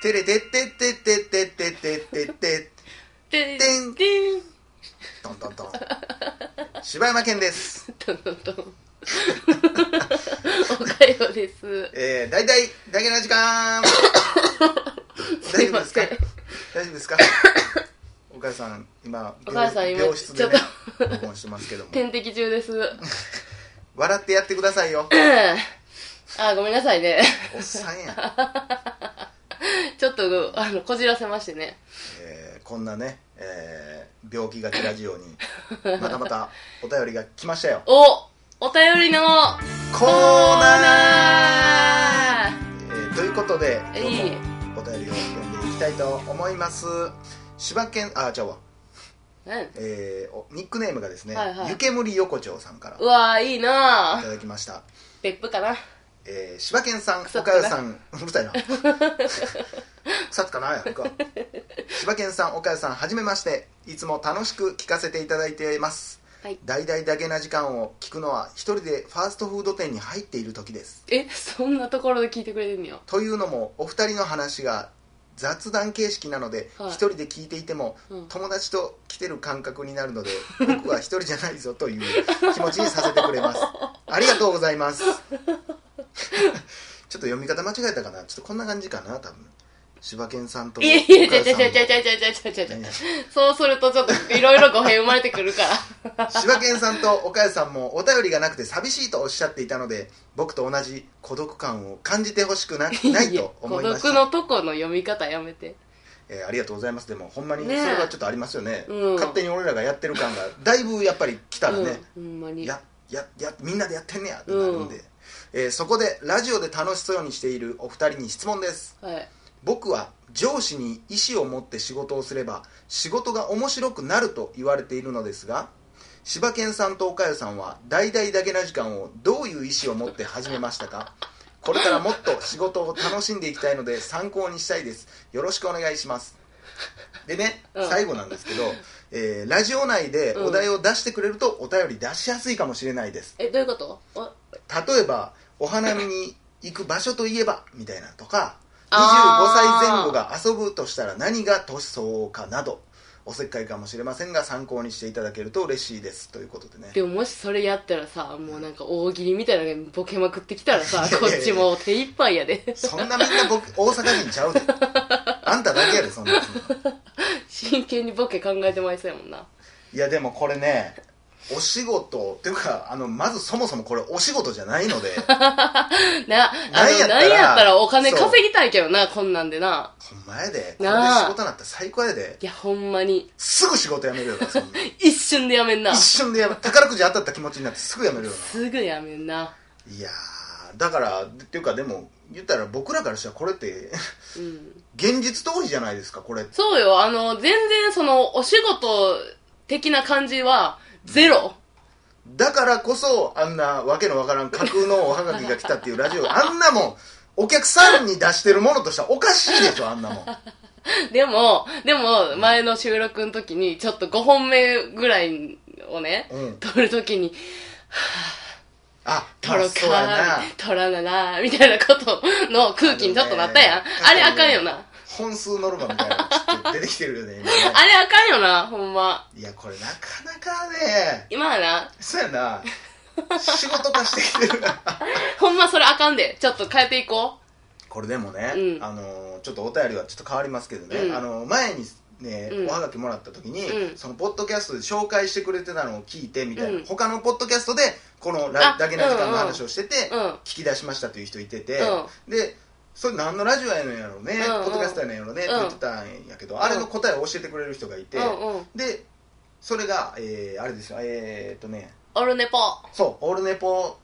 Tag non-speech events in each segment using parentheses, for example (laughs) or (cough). テレテテテテテテテテテてんてんてんトントントン柴山健ですとんとんとんおかよですえー、大体だけの時間大丈夫ですかすいま大丈夫ですかお母さん今お母さん今病室でねち録音してますけども点滴中です笑ってやってくださいよあごめんなさいねおっさんやん、ちょっとあのこじらせましてねえー、こんなね、えー、病気がちラジオにまたまたお便りが来ましたよおお便りのコーナーえーということでえい今日もお便りを読んでいきたいと思います柴犬あじゃあわなんえーおニックネームがですね、はいはい湯煙横丁さんからうわーいいないたぁだきました、別府かなえー、柴犬さん腐おったかなよさん (laughs) うるさいな腐ったかなやんか柴犬さんおかよさんはじめましていつも楽しく聞かせていただいていますはい大々だけな時間を聞くのは一人でファーストフード店に入っている時ですえそんなところで聞いてくれてんのよというのもお二人の話が雑談形式なので一、はい人で聞いていても、うん友達と来てる感覚になるの (laughs) で僕は一人じゃないぞという気持ちにさせてくれますありがとうございますちょっと読み方間違えたかなちょっとこんな感じかな多分柴犬さんといやいやい岡やいや田いさんやのいやいやいやいやいやいやそうするとちょっといろいろ語弊生まれてくるから柴犬さんと岡谷さんもお便りがなくて寂しいとおっしゃっていたので僕と同じ孤独感を感じてほしくなないと思いました孤独のとこの読み方やめてえーありがとうございますでもほんまにそねれえはちょっとありますよねうん勝手に俺らがやってる感がだいぶやっぱり来たらね、うん、ほんまにやややみんなでやってんねやってなるんで、うんえーそこでラジオで楽しそうにしているお二人に質問ですはい僕は上司に意思を持って仕事をすれば仕事が面白くなると言われているのですが柴犬さんと岡谷さんは大々だけな時間をどういう意思を持って始めましたかこれからもっと仕事を楽しんでいきたいので参考にしたいですよろしくお願いしますでね、うん最後なんですけど、えーラジオ内でお題を出してくれるとお便り出しやすいかもしれないですえどういうことお例えばお花見に行く場所といえばみたいなとか25あー歳前後が遊ぶとしたら何が年相応かなどおせっかいかもしれませんが参考にしていただけると嬉しいですということでね (laughs) でももしそれやったらさもうなんか大喜利みたいなのがボケまくってきたらさこっちもう手一杯やで (laughs) そんなみんな僕大阪人ちゃうで (laughs) あんただけやでそんなの真剣にボケ考えてまいそうやもんないやでもこれねお仕事っていうかあのまずそもそもこれお仕事じゃないので (laughs) なんやったなあのらなんやったらお金そう稼ぎたいけどなこんなんでなほんまやでこれでなあ仕事なったら最高やでいやほんまにすぐ仕事辞めるよなそん (laughs) な一瞬でやめんな一瞬でやめ宝くじ当たった気持ちになってすぐ辞めるよなすぐやめんないやーだからっていうかでも言ったら僕らからしたらこれって (laughs) うん現実通りじゃないですかこれそうよあの全然そのお仕事的な感じはゼロだからこそあんなわけのわからん架空のおはがきが来たっていうラ (laughs) ジオあんなもんお客さんに出してるものとしてはおかしいでしょあんなもん (laughs) でも、でも、前の収録の時に、ちょっと5本目ぐらいをね、うん撮る時に、あ撮ろうそうやなか、撮らなな、みたいなことの空気にちょっとなったやん。ああのねれあかんよな。本数ノルマみたいなのちょっと出てきてるよね今ね (laughs) あれあかんよな、ほんま。いやこれなかなかね今はな、そうやな仕事化してきてるなほんまそれあかんで。ちょっと変えていここれでもね、うんあのーちょっとお便りはちょっと変わりますけどね、うんあのー前にね、うんおはがきもらった時に、うんそのポッドキャストで紹介してくれてたのを聞いてみたいな、うん他のポッドキャストでこのラあだけな時間の話をしてて、うんうん聞き出しましたという人いてて、うでそれ何のラジオやねんやろうね、うんうんポッドキャストやねんやろうねって言ってたんやけど、あれの答えを教えてくれる人がいて、う。うんうん。でそれが、えーあれですよえーっとねオルネポ。そうオルネポ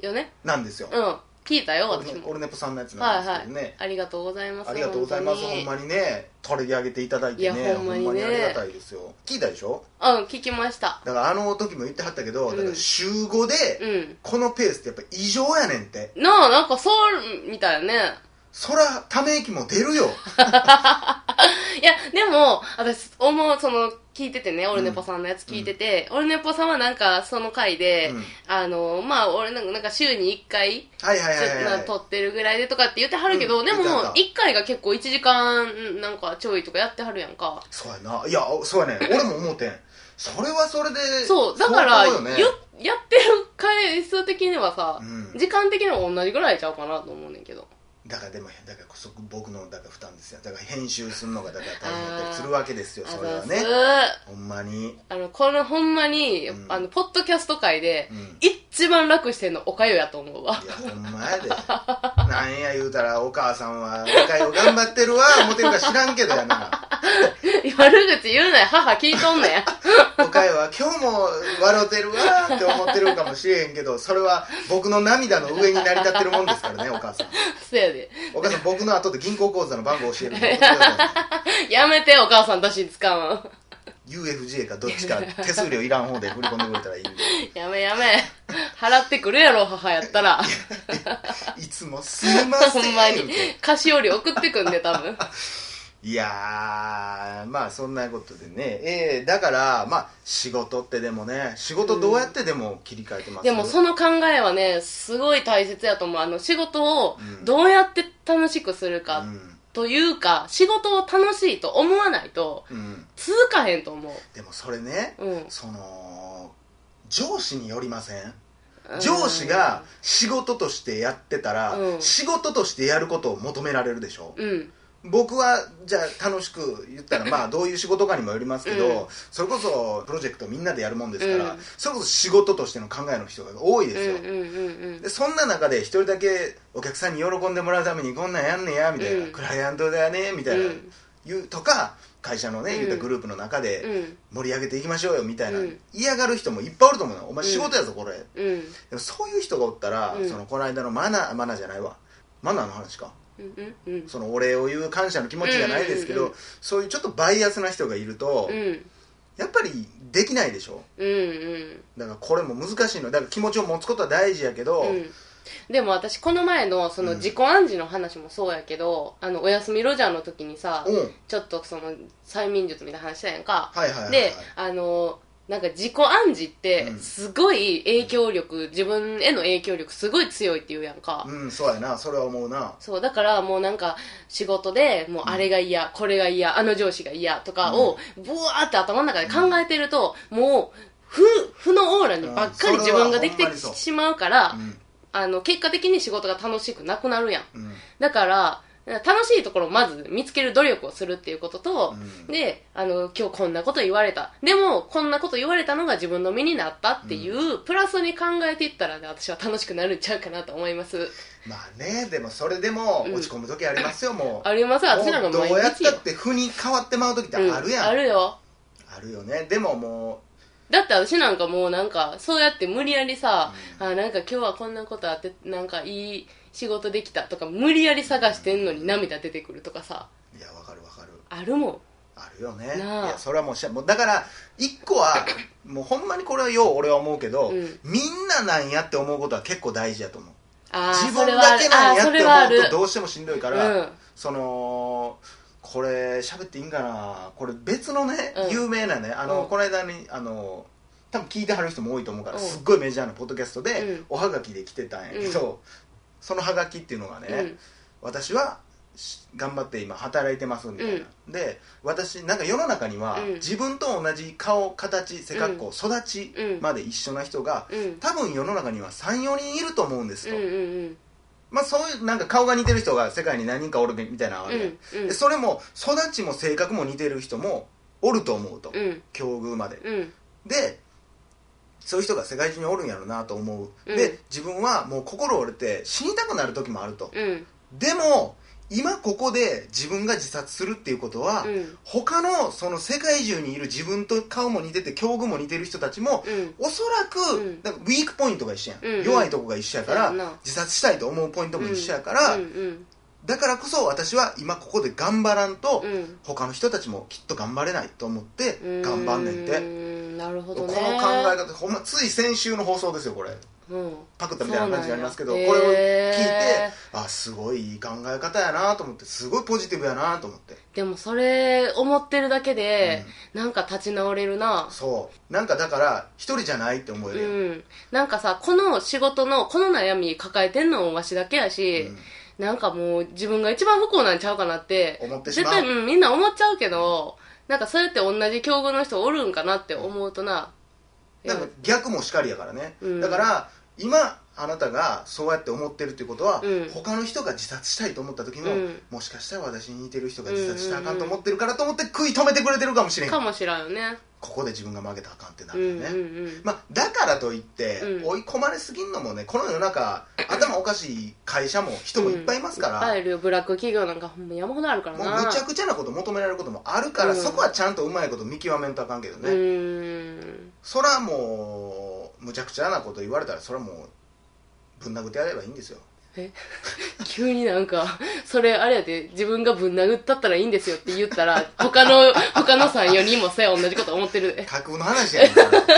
よね。なんですよ、うん。聞いたよ、オル私ネも。オルネポさんのやつはなんでいすはけどね、い。ありがとうございます。ありがとうございますほん本まにね取り上げていただいていねやほんまにねありがたいですよ聞いたでしょ当にうん、聞きました。だからあの時も言ってはったけど、うんだから週5うでん。このペースってやっぱ異常やねんってなあ、なんかそう、みたいね。そら (laughs) ため息も出るよいや、でも、私、思う、その、聞いててね、オルネポさんのやつ聞いてて、オルネポさんはなんかその回で、うんあの、まあ、俺なんかなんか週に1回、はいはいはいはい、まあはい撮ってるぐらいでとかって言ってはるけど、うんでもいたいた1回が結構1時間なんかちょいとかやってはるやんか。そうやないやそうやね俺も思うてんそれはそれでそう、だか相ら、よ当よねやってる回数的にはさ、うん時間的には同じぐらいちゃうかなと思うねんけど。だからでもだからこそ僕のだから負担ですよだから編集するのがだから大変だったりするわけですよあそれざはっねすほんまにあの、このほんまに、うんあの、ポッドキャスト界で、うん一番楽してんのおかゆやと思うわい。やほんまやでなんや言うたらお母さんは若いを頑張ってるわ思ってるか知らんけどやな (laughs) 悪口言うなよ、母聞いと (laughs) んねん。おかいは今日も笑ってるわって思ってるかもしれへんけどそれは僕の涙の上に成り立ってるもんですからねお母さんそやで。お母さん僕の後で銀行口座の番号教えるの教えてくださいやめて、お母さん、私に使わん。 UFJ かどっちか手数料いらん方で振り込んでくれたらいいんでやめやめ。払ってくるやろ、母やったら。いつもすいませんほんまに言うて。菓子折り送ってくんで、多 (laughs) 分。いやーまあそんなことでねえーだからまあ仕事ってでもね仕事どうやってでも切り替えてますでも、その考えはね、すごい大切やと思う。あの、仕事をうんどうやって楽しくするか、うんというか、仕事を楽しいと思わないと、うん続かへんと思う。でもそれねうん。その上司によりません上司が仕事としてやってたら、うん仕事としてやることを求められるでしょ、うん、僕はじゃあ楽しく言 (laughs) ったらまあどういう仕事かにもよりますけど、うんそれこそプロジェクトみんなでやるもんですから、うんそれこそ仕事としての考えの人が多いでうんうすんよ、うんでそんな中で一人だけお客さんに喜んでもらうためにこんなんやんねやみたいな、うんクライアントだよねみたいな、うん言うとか会社のねうん言うたグループの中うでん盛り上げていきましょうよみたいな、うん嫌がる人もいっぱいおると思うのお前うん仕事やぞこれ、うんでもそういう人がおったら、うんそのこの間のマナーマナーじゃないわマナーの話かうんうんそのお礼を言う感謝の気持ちじゃないですけど、うんうんうそういうちょっとバイアスな人がいると、うんやっぱりできないでしょうんだからこれも難しいのだから気持ちを持つことは大事やけど、うんでも私この前のその自己暗示の話もそうやけど、あのお休みロジャーの時にさ、うんちょっとその催眠術みたいな話したやんか、はいはいはいはいであのなんか自己暗示ってうんすごい影響力、自分への影響力すごい強いって言うやんか、うんそうやなそれは思うなそう、だからもうなんか仕事でもうあれが嫌、これが嫌、あの上司が嫌とかを、ブワーって頭の中で考えてると、もう、負、負のオーラにばっかうりん自分ができてそれはほんまにそうしまうから、うんあの、結果的に仕事が楽しくなくなるやん。うんだから、楽しいところをまず見つける努力をするっていうことと、うんで、あの、今日こんなこと言われた。でも、こんなこと言われたのが自分の身になったっていう、プラスに考えていったらね、私は楽しくなるんちゃうかなと思います。まあねでもそれでもうん落ち込む時ありますよ、もうあります私なんもかうどう毎やっ日よたって負に変わってまう時ってうんあるやん、あるよあるよねでももだって私なんかもうなんかそうやって無理やりさ、あなんか今日はこんなことあってなんかいい仕事できたとか無理やり探してんのに涙出てくるとかさういやわかるわかるあるもんあるよねいなあやそれはもうしゃもうだから一個はもうほんまにこれはよう俺は思うけど、うんみんななんやって思うことは結構大事やと思うあー自そ分れはあだるけなんやあーっそれては思あうるとどうしてもしんどいから、うんそのこれ喋っていいんかなこれ別のね、うん有名なねあの、うんこの間にあの多分聞いてはる人も多いと思うから、うんすっごいメジャーなポッドキャストで、うんおはがきで来てたんやけど、そのはがきっていうのがね、うん私はし頑張って今働いてますみたいな、で私なんか世の中には、うん自分と同じ顔形背格好、育ちうんまで一緒な人がうん多分世の中には34人いると思うんですうんと、うんまあそういうなんか顔が似てる人が世界に何人かおるみたいなのがあうんうるやんんうんでそれも育ちも性格も似てる人もおると思うと、うん境遇までうんでそういう人が世界中におるんやろうなと思う、うんで自分はもう心折れて死にたくなる時もあると、うんでも今ここで自分が自殺するっていうことは、うん他のその世界中にいる自分と顔も似てて境遇も似てる人たちもうんおそらく、うんなんかウィークポイントが一緒やん、うんうん弱いとこが一緒やから、そうやんな自殺したいと思うポイントも一緒やから、うんうんだからこそ私は今ここで頑張らんと、うん他の人たちもきっと頑張れないと思ってうん頑張んねんてうーんなるほこどのね考え方ほんまつい先週の放送ですよこれうん、パクったみたいな感じになりますけどそうこなんれを聞やいて、へあすごいいい考え方やなと思ってすごいポジティブやなと思ってでもそれ思ってるだけで、なんか立ち直れるなそうなんかだから一人じゃないって思えうるやん、んなんかさこの仕事のこの悩み抱えてんのわしだけやし、なんかもう自分が一番不幸なんちゃうかなって思ってしまう絶対、うんみんな思っちゃうけどなんかそうやって同じ境遇の人おるんかなって思うとな、だから逆もしかりやからね、うんだから今あなたがそうやって思ってるっていうことは、うん他の人が自殺したいと思った時も、うんもしかしたら私に似てる人が自殺したらあかんと思ってるからと思って食い止めてくれてるかもしれんかもしらんよねここで自分が負けたらあかんってなうるよんね、うんうんまあ、だからといって、うん追い込まれすぎんのもねこの世の中頭おかしい会社も人もいっぱいいますかいっぱら、いいるよブラック企業なんかほんま山ほどあるからもなうむちゃくちゃなこと求められることもあるから、うんそこはちゃんとうまいこと見極めんとあかんけどね、うーんそらもうむちゃくちゃなこと言われたらそらもうぶん殴ってやればいいんですよ急になんか、それあれやで、自分がぶん殴ったったらいいんですよって言ったら、他の、他の3、4人もさや同じこと思ってるで。架空の話やねんから (laughs) なんか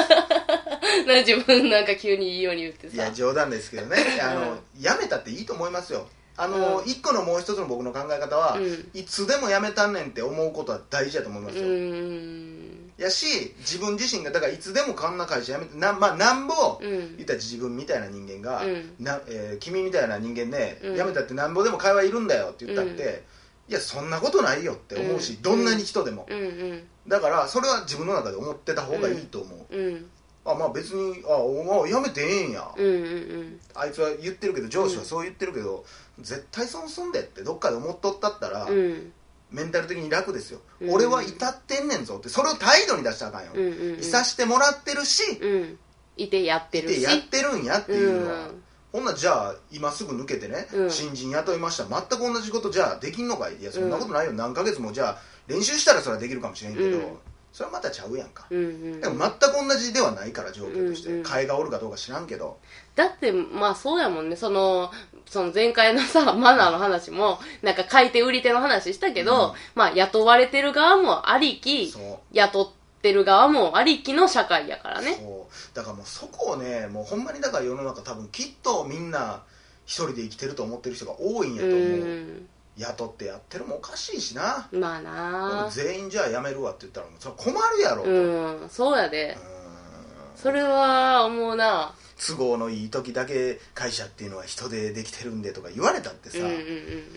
自分なんか急にいいように言っていさや。冗談ですけどねあの、やめたっていいと思いますよあの、う一個のもう一つの僕の考え方は、うんいつでもやめたんねんって思うことは大事だと思いまうすよ、ーん。やし自分自身がだからいつでもこんな会社辞めてな,、まあ、なんぼ、うん言。ったら自分みたいな人間が、うんなえー君みたいな人間ね、うん辞めたってなんぼでも会話いるんだよって言ったって、ういやそんなことないよって思うし、うんどんなに人でも、うんうん。だからそれは自分の中で思ってた方がいいと思う、うん。あまあ別にあお前辞めてええんや、うんうんあいつは言ってるけど上司はそう言ってるけど、絶対損すんでってどっかで思っとったったら、うん。うん。メンタル的に楽ですよ、うん俺は至ってんねんぞってそれを態度に出したらあかんよ、うんうんうん。いさしてもらってるし、うん。いてやってるでし。やってるんやってういうのは、ん。ほんならじゃあ今すぐ抜けてね、うん新人雇いました全く同じことじゃあできんのかいいやそんなことないよ、何ヶ月もじゃあ練習したらそれはできるかもしれんけど、うんそれはまたちゃうやんか、うんうん。でも全く同じではないから状況として、うんうん替えがおるかどうか知らんけどだって、まあそうやもんね、その、その前回のさ、マナーの話も、なんか買い手売り手の話したけど、うんまあ雇われてる側もありきそう、雇ってる側もありきの社会やからね。そうだからもうそこをねもうほんまにだから世の中多分きっとみんな一人で生きてると思ってる人が多いんうやと思う、ん。雇ってやってるもおかしいしな、まあなあ全員じゃあ辞めるわって言ったらもうそれ困るやろ、ううんん、そうやで。それは思うな。都合のいい時だけ会社っていうのは人でできてるんでとか言われたってうんさ、う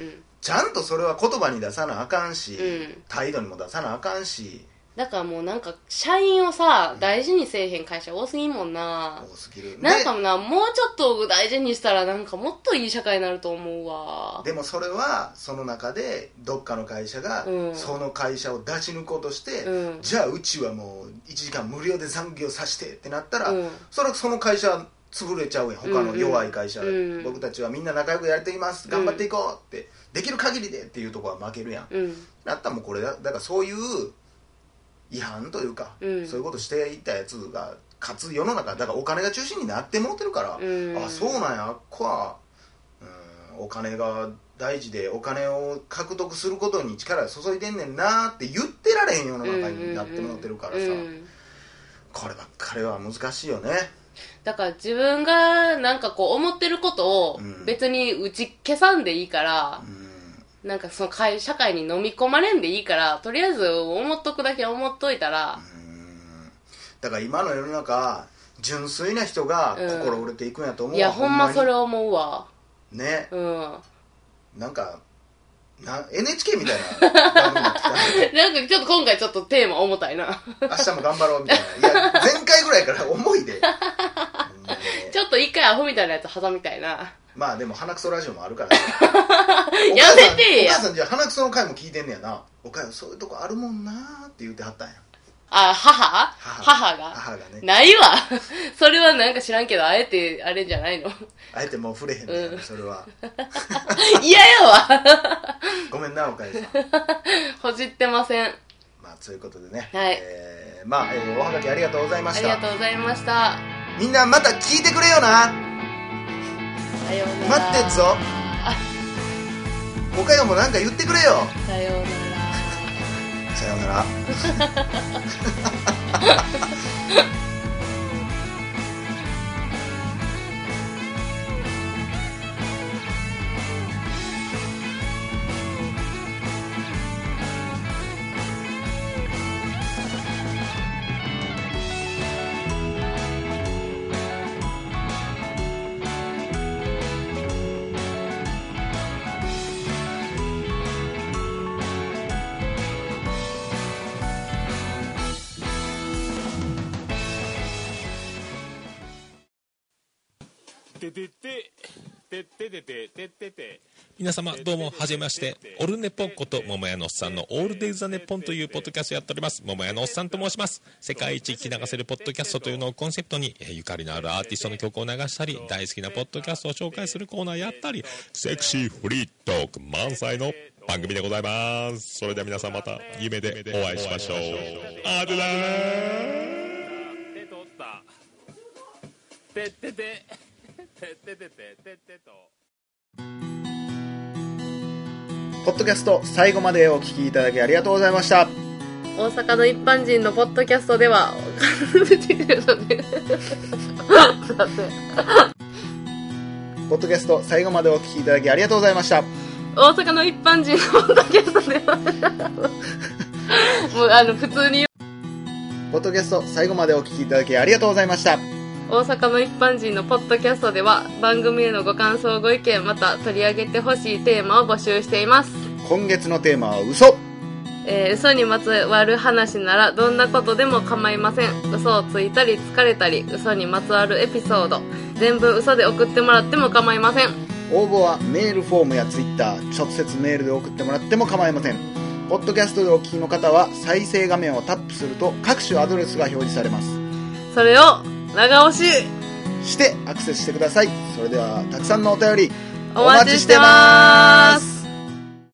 んちゃんとそれは言葉に出さなあかんし、うん態度にも出さなあかんしだからもうなんか、社員をさ、大事にせえへん会社多すぎんもんな。多すぎるなんかもな、もうちょっと大事にしたらなんかもっといい社会になると思うわ。ででもそれはその中でどっかの会社がうんその会社を出し抜こうとして、うんじゃあうちはもう1時間無料で残業させてってなったら、うんそれはその会社潰れちゃうやん他の弱い会社、うんうん僕たちはみんな仲良くやれています頑張っていこうって、できる限りでっていうところは負けるやんうん。なったらもうこれだだからそういう違反というか、うんそういうことしていったやつが勝つ世の中だからお金が中心になってもうてるから、うんあそうなんやあっこはうんお金が大事でお金を獲得することに力を注いでんねんなって言ってられへん世の中になってもうてるからさ、うんこればっかりは難しいよねだから自分がなんかこう思ってることをうん別に打ち消さんでいいからう、んなんかその会社会に飲み込まれんでいいからとりあえず思っとくだけ思っといたら、うんだから今の世の中純粋な人が心折れていくんやと思う、いやほんまにそれ思うわねうんななんかんかな NHK みたいな番組になってきたね (laughs) ちょっと今回ちょっとテーマ重たいな明日も頑張ろうみたいないや前回ぐらいから重いでほんまにねちょっと一回アホみたいなやつ挟みたいなまあでも鼻くそラジオもあるからねお (laughs) や母さんめておや母さんじゃあ鼻くその回も聞いてんねやなお母さんそういうとこあるもんなーって言ってはったんやあ母母母が母がねないわ (laughs) それはなんか知らんけどあえてあれじゃないの (laughs) あえてもう触れへんねん、うんそれは嫌やわごめんなお母さんほじってませんまあということでね、はいえーまあ、えーおはがきありがとうございまあしりがたとうございましたみんなまた聞いてくれよなさよう待ならってっぞ他よもなんか言ってくれよさようならさようならててて、てっててて、てってて。皆様どうもはじめましてオルネポッコと桃屋のおっさんの「オールデイズ・ザ・ネッポン」というポッドキャストをやっております桃屋のおっさんと申します世界一聞き流せるポッドキャストというのをコンセプトにえーゆかりのあるアーティストの曲を流したり大好きなポッドキャストを紹介するコーナーやったりセクシーフリートーク満載の番組でございますそれでは皆さんまた夢でお会いしましょうあてだてとった。てってて、てっててて、てってと。ポッドキャスト最後までお聞きいただきありがとうございました大阪の一般人のポッドキャストでは出てくる (laughs) のでポッドキャスト最後までお聞きいただきありがとうございました大阪の一般人のポッドキャストではもうあの普通にポッドキャスト最後までお聞きいただきありがとうございました大阪の一般人のポッドキャストでは番組へのご感想ご意見また取り上げてほしいテーマを募集しています、今月のテーマは嘘えー嘘にまつわる話ならどんなことでも構いません嘘をついたり疲れたり嘘にまつわるエピソード全部嘘で送ってもらっても構いません応募はメールフォームやツイッター直接メールで送ってもらっても構いませんポッドキャストでお聞きの方は再生画面をタップすると各種アドレスが表示されますそれを長押ししてアクセスしてくださいそれではたくさんのお便りお待ちしてます